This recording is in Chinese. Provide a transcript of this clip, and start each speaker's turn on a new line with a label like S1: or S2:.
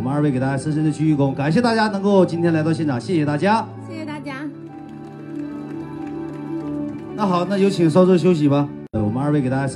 S1: 们二位给大家深深的鞠一躬，感谢大家能够今天来到现场，谢谢大家。
S2: 谢谢大家。
S1: 那好，那有请稍作休息吧。呃，我们二位给大家深。